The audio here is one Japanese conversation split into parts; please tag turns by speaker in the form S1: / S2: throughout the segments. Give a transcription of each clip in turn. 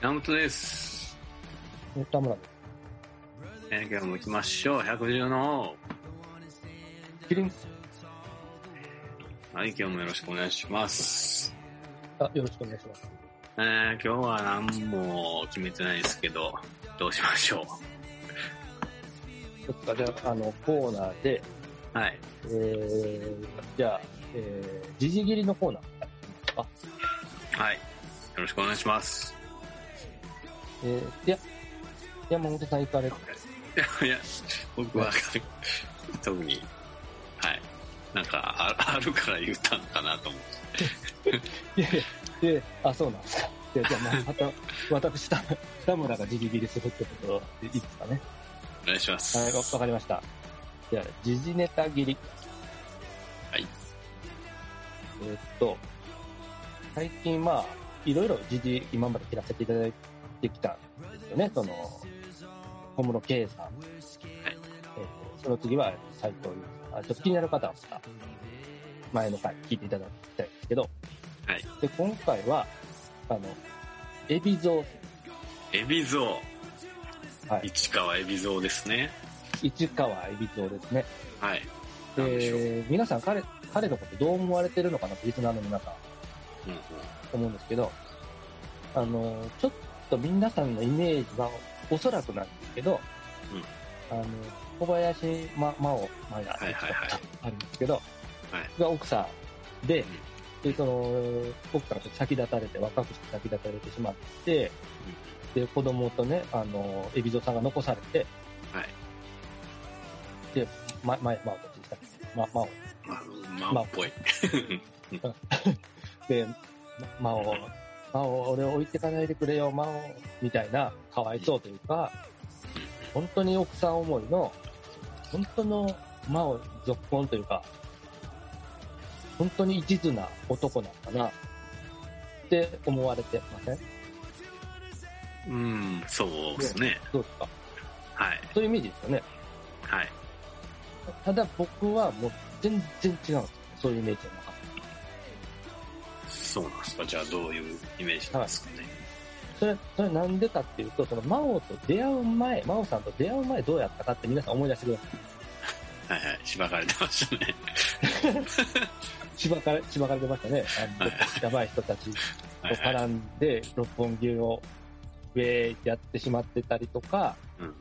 S1: 山本です。
S2: 田村で
S1: えー、今日も行きましょう。110の
S2: す。キリン
S1: 方。はい、今日もよろしくお願いします。
S2: あ、よろしくお願いします。
S1: えー、今日は何も決めてないですけど、どうしましょ
S2: そっか、じゃあ、あの、コーナーで、
S1: う。はい。
S2: えー、じゃあ、えー、時事切りのコーナー。
S1: はい。よろしくお願いします。
S2: えー、いや、山本さん行かれる。
S1: いや、僕は、特に、はい。なんかあ、あるから言ったのかなと思って。
S2: いやいや、で、あ、そうなんですか。でじゃあ、まあ、また、私、田田村が時事切りするってことでいいですかね。
S1: お願いします。
S2: はい、わわかりました。じゃあ、時事ネタ切り。
S1: はい。
S2: えーっと、最近まあ、いろいろ時事今まで切らせていただいてきたんですよね。その、小室圭さん。はい。えーその次は斎藤優さん。あ、ちょっと気になる方はまた、前の回聞いていただきたいんですけど。
S1: はい。
S2: で、今回は、あの、海老蔵、
S1: エビゾウ。
S2: はい
S1: 市川エビゾウですね。
S2: 市川海老蔵ですね。
S1: はい。なんでしょう。
S2: で、皆さん彼、彼のことどう思われてるのかなって、リスナーの皆さん、
S1: うんうん
S2: 思うんですけど、あの、ちょっと皆さんのイメージは、おそらくなんですけど、あの、小林ま、真央、真央
S1: はいはいはい。
S2: あるんですけど、が奥さんで、で、その、奥さんと先立たれて、若くして先立たれてしまって、で、子供とね、あの、海老蔵さんが残されて、
S1: はい
S2: で、ま、前、真央たちでしたっけま、真央。
S1: まあ、まあ、っぽい。
S2: で、ま、魔王、魔王、俺を置いてかないでくれよ、魔王、みたいな、かわいそうというか、本当に奥さん思いの、本当の魔王続婚というか、本当に一途な男なのかな、って思われてません
S1: うん、そうですね。
S2: どうですか
S1: はい。
S2: そういうイメージですよね。
S1: はい。
S2: ただ僕はもう全然違うんですよ。そういうイメージの中
S1: そうなんですか。じゃあ、どういうイメージなんですかね。
S2: それ、それなんでかっていうと、その魔王と出会う前、魔王さんと出会う前どうやったかって皆さん思い出してください。
S1: はいはい。しばかれてましたね。
S2: 千葉から、千葉から出ましたね。あの
S1: は、
S2: やばい人たちと
S1: はいはい。
S2: 絡んで、六本木を、ウェーってやってしまってたりとか、
S1: うん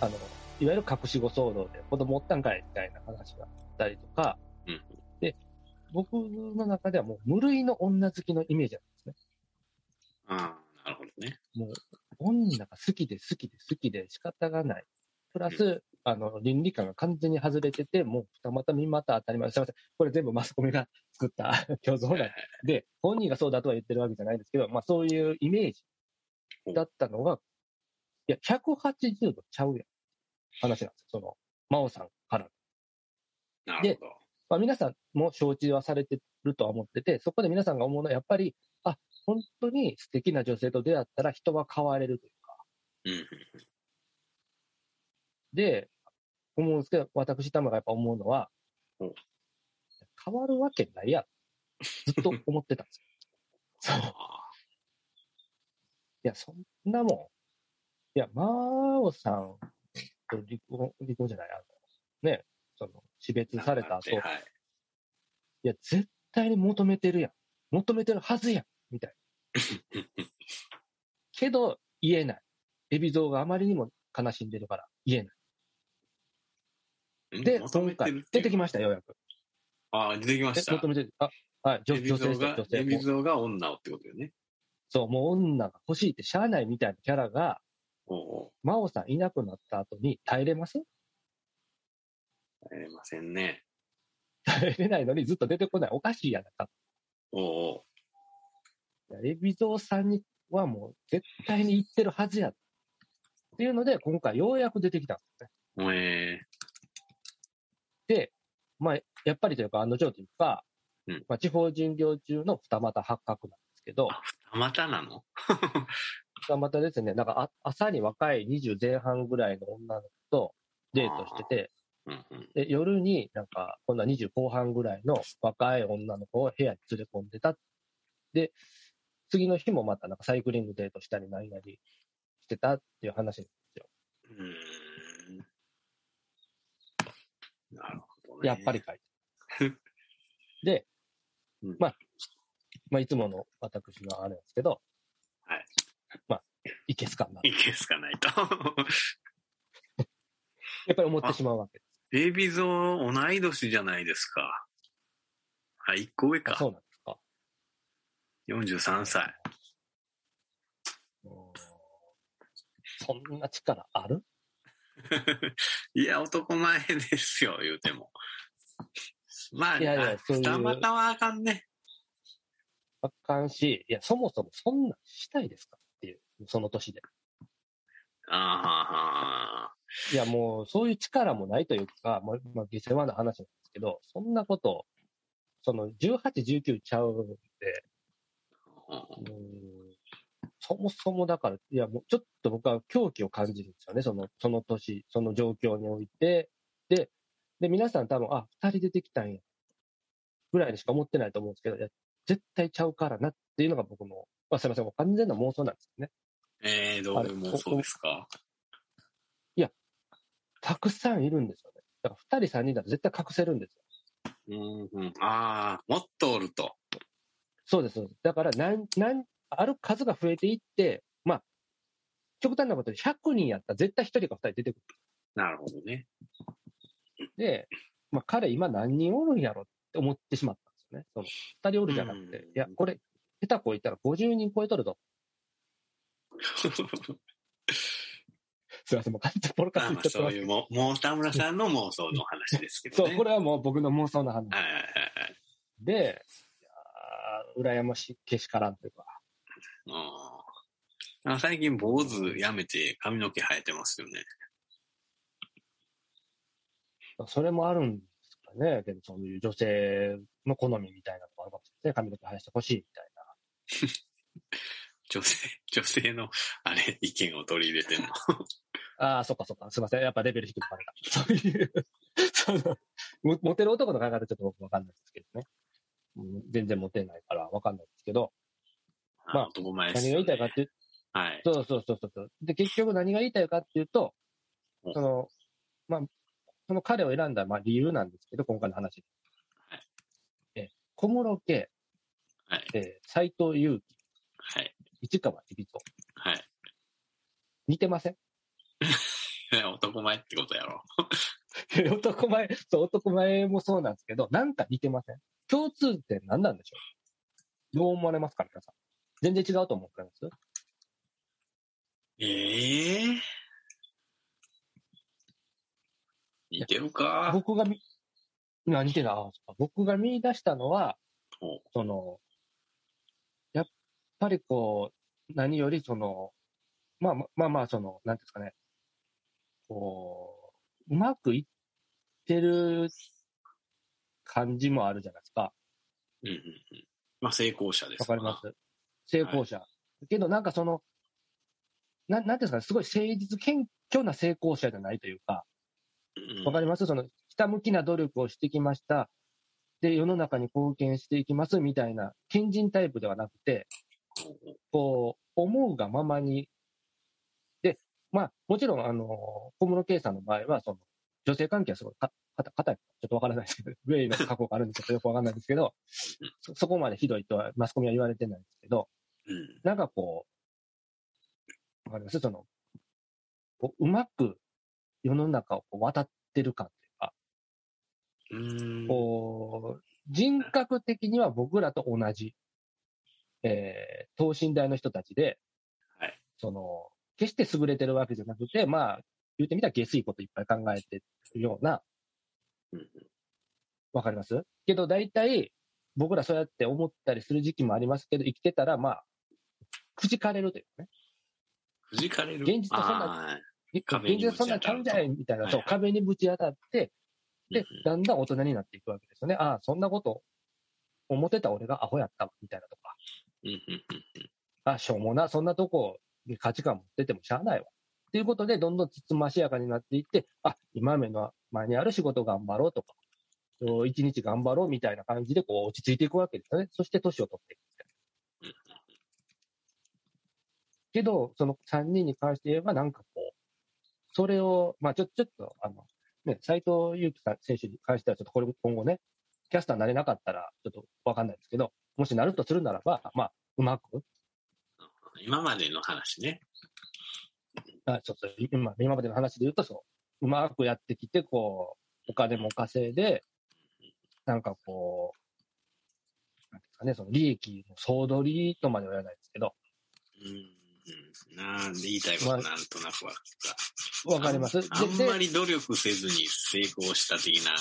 S2: あの、いわゆる隠し子騒動で子供おったんかいみたいな話があったりとか、
S1: うん
S2: で、僕の中ではもう無類の女好きのイメージなんですね。
S1: ああ、なるほどね。
S2: 女が好きで好きで好きで仕方がない。プラス、あの、倫理観が完全に外れてて、もう二股三股当たり前。すいません。これ全部マスコミが作った 虚像なんでで、本人がそうだとは言ってるわけじゃないんですけど、まあそういうイメージだったのが、いや、180度ちゃうやん。話なんですよ。その、真央さんから。
S1: なるほど。
S2: まあ皆さんも承知はされてるとは思ってて、そこで皆さんが思うのはやっぱり、あ、本当に素敵な女性と出会ったら人は変われるというか。
S1: うんうん。
S2: で、思うんですけど、私、玉がやっぱ思うのは
S1: うん、
S2: 変わるわけないやん。ずっと思ってたんです よ。そう。
S1: あ
S2: いや、そんなもん。いや、真央さんと離婚、離婚じゃない、あの、ね、その、死別
S1: あ。
S2: された後、
S1: はい
S2: い。や、絶対に求めてるやん。求めてるはずやん、みたい な。けど、言えない。海老蔵があまりにも悲しんでるから、言えな
S1: うん
S2: い。で、
S1: 求め
S2: 今
S1: てる
S2: 回
S1: っ、てい
S2: 出
S1: う
S2: てきました、ようやく。
S1: ああ、出てきま
S2: え
S1: した。
S2: 求めてる。あ、はい、女
S1: エビゾ
S2: 女性
S1: ウ
S2: ですよ
S1: が、
S2: 女性
S1: エビ
S2: もう。
S1: ゾウが女をってことよね。
S2: そう、もう女が欲しいってしゃあないみたいなキャラが、
S1: おお
S2: 真央さんいなくなった後に耐えれません
S1: う。えませんね。
S2: 耐えれないのにずっと出てこない。おかしいやなか
S1: おおう。
S2: レビゾーさんにはもう絶対に言ってるはずや。っていうので、今回ようやく出てきたんですね。
S1: おえ
S2: で、まあ、やっぱりというか、案の定というか、
S1: うん
S2: まあ、地方巡業中の二股発覚なんですけど、
S1: ー、またなの
S2: 二股ですね、なんかあ朝に若い20前半ぐらいの女の子とデートしてて、
S1: うんうん。
S2: で夜になんか、こんな20後半ぐらいの若い女の子を部屋に連れ込んでた。で、次の日もまたなんかサイクリングデートしたり何々してたっていう話。
S1: うーん。なるほどね。
S2: やっぱり。書い て。で、
S1: うん
S2: まあ、まあ、いつもの私のあれなんですけど、
S1: はい。
S2: まあ、いけすかな。
S1: いけすかないと。
S2: やっぱり思ってしまうわけで
S1: ベイビーゾーン同い年じゃないですか。あ、一個上
S2: す。あ
S1: か。
S2: そうなんですか。
S1: 43歳。
S2: うーんそんな力ある
S1: いや、男前ですよ、言うても。まあ、
S2: いやいや
S1: あ
S2: そういう
S1: 二股はあかんね。
S2: あかんし、いや、そもそもそんなんしたいですかっていう、その年で。
S1: ああ、
S2: いや、もう、そういう力もないというか、まあ、まあ、下世話な話なんですけど、そんなこと、その、18、19ちゃうんで、うーんそもそもだから、いや、もう、ちょっと僕は狂気を感じるんですよね、その、その年、その状況において。で、で、皆さん多分、あ、二人出てきたんや、ぐらいにしか思ってないと思うんですけど、いや、絶対ちゃうからなっていうのが僕の、まあ、すみません、もう完全な妄想なんですよね。
S1: えー、どういう妄想ですか。
S2: たくさんいるんですよね。だから、二人、三人だと絶対隠せるんですよ
S1: うんうん、ああ、もっとおると。
S2: そうです、そうです。だからなんなん、ある数が増えていって、まあ、極端なことで100人やったら絶対1人か2人出てく
S1: なるほど ね。
S2: るんで、まあ、彼今何人おるんやろって思ってしまったんですよね。その2人おるじゃなくて、
S1: うん
S2: いや、これ、下手こいたら50人超えとるぞ。すいません、もう完全にボロカ
S1: ま
S2: ス
S1: あま
S2: 言
S1: あ、そう
S2: っちゃってます。
S1: いうも、もう田村さんの妄想の話ですけど
S2: そう
S1: ね。
S2: これはもう僕の妄想の話
S1: はいはいはいはい
S2: で、いやー羨ましい、けしからんというか。
S1: うんあ最近、坊主やめて髪の毛生えてますよね。
S2: それもあるんですかね。けど、そういう女性の好みみたいなのもあるかもしれないですね。髪の毛生やしてほしいみたいな。
S1: 女性、 女性の、あれ、意見を取り入れてん の。
S2: ああ、そっかそっか。すいません。やっぱレベル低くバレた。 そういう、その、モモテる男の考え方ちょっと僕わかんないですけどね。うん全然モテないからわかんないですけど、まあ
S1: 男前です
S2: 何
S1: よね
S2: が言いたいかっていう、
S1: はい。
S2: そうそうそうそう。で、結局何が言いたいかっていうと
S1: う、ん
S2: その、まあ、その彼を選んだまあ理由なんですけど、今回の話。
S1: はい
S2: え、小室家、
S1: はい。
S2: えー、斎藤佑樹、
S1: はい。
S2: 市川恵比と
S1: はい
S2: 似てません
S1: ね。 男前ってことやろ。
S2: 男前、そう、男前もそうなんですけど、なんか似てません共通点何なんでしょうどう思われますか皆さん。全然違うと思ってます
S1: ええ似てるか
S2: 僕が見、何似てな、あそうか僕が見出したのは
S1: お、
S2: その、やっぱりこう、何よりその、まあまあまあまあ、その、なんていうんですかね、こう、うまくいってる感じもあるじゃないですか。
S1: うんうんうん。まあ、成功者です
S2: わかります。成功者。けど、なんかその、ななんていうんですかね、すごい誠実、謙虚な成功者じゃないというか、
S1: うん
S2: わかりますその、ひたむきな努力をしてきました。で、世の中に貢献していきますみたいな、賢人タイプではなくて、こう、思うがままに。で、まあ、もちろん、あの、小室圭さんの場合は、その、女性関係はすごいか、かた、硬い。ちょっとわからないですけど、 ウェイの過去があるんで、ちょっとよくわかんないですけど、そ、そこまでひどいとは、マスコミは言われてないんですけど、
S1: うん。
S2: なんかこう、わかりますその、こううまく世の中をこう渡ってる感っていうか、
S1: うん。
S2: こう、人格的には僕らと同じ、えー、等身大の人たちで、
S1: はい
S2: その、決して優れてるわけじゃなくて、まあ、言ってみたら下水こといっぱい考えてるような
S1: うん、
S2: わかりますけど大体、僕らそうやって思ったりする時期もありますけど、生きてたら、まあ、くじかれるというかね。
S1: くじかれる。
S2: 現実とそんな
S1: あー
S2: 現
S1: 壁に
S2: 実はそんなんちゃうんじゃないみたいな、そう
S1: はいはい
S2: 壁にぶち当たって、
S1: う
S2: で
S1: ん、
S2: だんだん大人になっていくわけですよね。ああ、そんなこと思ってた俺がアホやったわ、みたいなとか。
S1: うんうんうん
S2: ああ、しょうもな、そんなとこに価値観持っててもしゃあないわ。っていうことで、どんどんつつましやかになっていって、あ、今目の前にある仕事頑張ろうとか、そう一日頑張ろうみたいな感じで、こう、落ち着いていくわけですよね。そして年を取っていくみたいな。けど、その3人に関して言えば、なんかこう、それを、まあ、ちょ、ちょっと、あの、ね、斎藤佑樹さん選手に関しては、ちょっとこれ今後ね、キャスターになれなかったら、ちょっとわかんないですけど、もしなるとするならば、まあ、うまく、
S1: 今までの話ね。
S2: あそうそう今今までの話で言うとそう、うまくやってきて、こう、お金も稼いで、なんかこう、なんていうんですかね、その利益の総取りとまでは言わないですけど、
S1: うん。なんで言いたいことなんとなくわかった。
S2: わかりますで
S1: あん
S2: で
S1: まり努力せずに成功した的な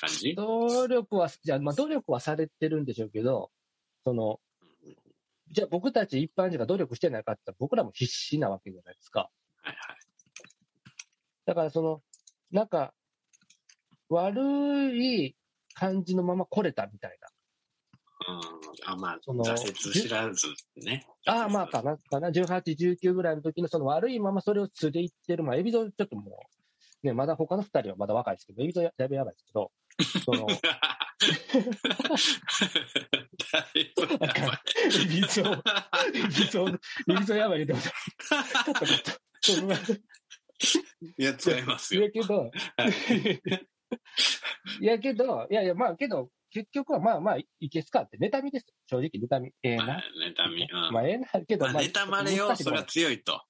S1: 感じ
S2: 努力は、じゃあ、まあ、努力はされてるんでしょうけど、その、
S1: うん
S2: じゃあ僕たち一般人が努力してないかって言ったら僕らも必死なわけじゃないですか。
S1: はいはい。
S2: だからその、なんか、悪い感じのまま来れたみたい
S1: うん、あまあ、
S2: その
S1: 挫折知らずね。
S2: な。ああ、まあかな、かな、18、19ぐらいの時のその悪いままそれを連れて行ってる、まあ、エビゾちょっともう、ね、まだ他の二人はまだ若いですけど、エビゾやだいぶやばいですけど、そ の、
S1: だいぶやばい
S2: エビゾ、エビゾ、エビゾやばいけど、ちょっとちょっと、ちょっと待って
S1: いや、違います
S2: い
S1: よ
S2: や。けど
S1: はい、
S2: いやけど、いやいや、まあけど、結局はまあまあ、いけすかって、妬みです。正直、妬み。ええ
S1: ま
S2: な
S1: あ。、妬み、うん。
S2: ま
S1: ま
S2: あ、ええな、けど、
S1: あ、妬まれよ、
S2: 難しい
S1: そ
S2: と
S1: れ
S2: こ
S1: は強いと。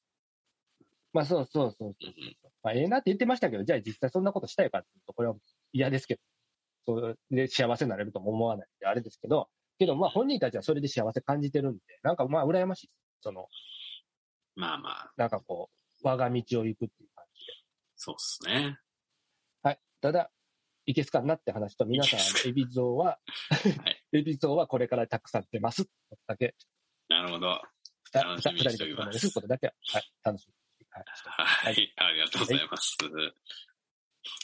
S2: まあ、そうそうそうそ
S1: う
S2: う。
S1: ん
S2: まあ、ええなって言ってましたけど、じゃあ実際そんなことしたいかっていうと、これは嫌ですけど、それで幸せになれるとも思わないんで、あれですけど、けど、まあ本人たちはそれで幸せ感じてるんで、なんかまあ、羨ましいです。その、
S1: まあまあ、
S2: なんかこう、我が道を行くっていう感じで。
S1: そうっすね。
S2: はい。ただ、いけすかなって話と、皆さん、
S1: いけす
S2: あのエビゾーは、 エビゾーはこれからたくさん出ます。だけ、
S1: なるほど。
S2: ふた
S1: 楽
S2: ふ
S1: したみ
S2: 二
S1: にしてお
S2: 人
S1: り
S2: で
S1: ます
S2: こです。これだけは、はい、楽しみに。はい。
S1: はい、ありがとうございます。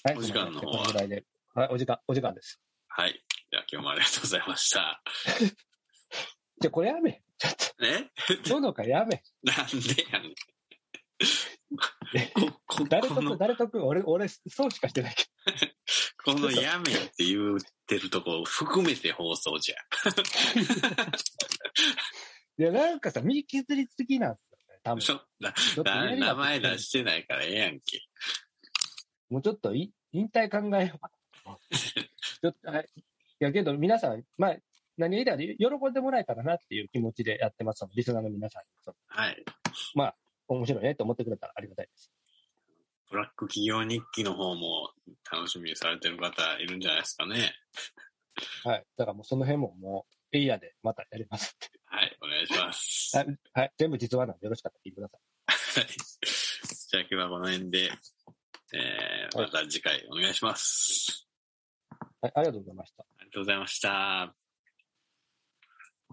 S2: はい、
S1: お時間の方は
S2: このぐらいで。はい、お時間、お時間です。
S1: はい。じゃあ今日もありがとうございました。
S2: じゃあこれやめ。ちょっ
S1: ね
S2: と、どのかやめ。
S1: なんでやねん。 こ、こ、
S2: 誰
S1: この
S2: 得、、誰得、俺、俺、そうしかしてないけ
S1: このやめって言ってるとこ含めて放送じゃん。
S2: ど。いや、なんかさ、身削りすぎなんですよね、多分。
S1: ちょっと
S2: ちょっ と
S1: な
S2: やりが
S1: 名前出してないからええやんけ。
S2: もうちょっとい引退考えようかな。ちょっ と、はい。いやけど、皆さん、まあ、何よりだけ喜んでもらえたらなっていう気持ちでやってますので、リスナーの皆さんにそう
S1: はい。
S2: 面白いねと思ってくれたらありがたいです。
S1: ブラック企業日記の方も楽しみにされてる方いるんじゃないですかね。
S2: はい。だからもうその辺ももう、エイヤーでまたやりますって。
S1: はい、お願いします。
S2: はい。はい、全部実話なんでよろしかったら聞いてください。
S1: はい。じゃあ今日はこの辺で、えー、また次回お願いします。
S2: はい。ありがとうございました。
S1: ありがとうございました。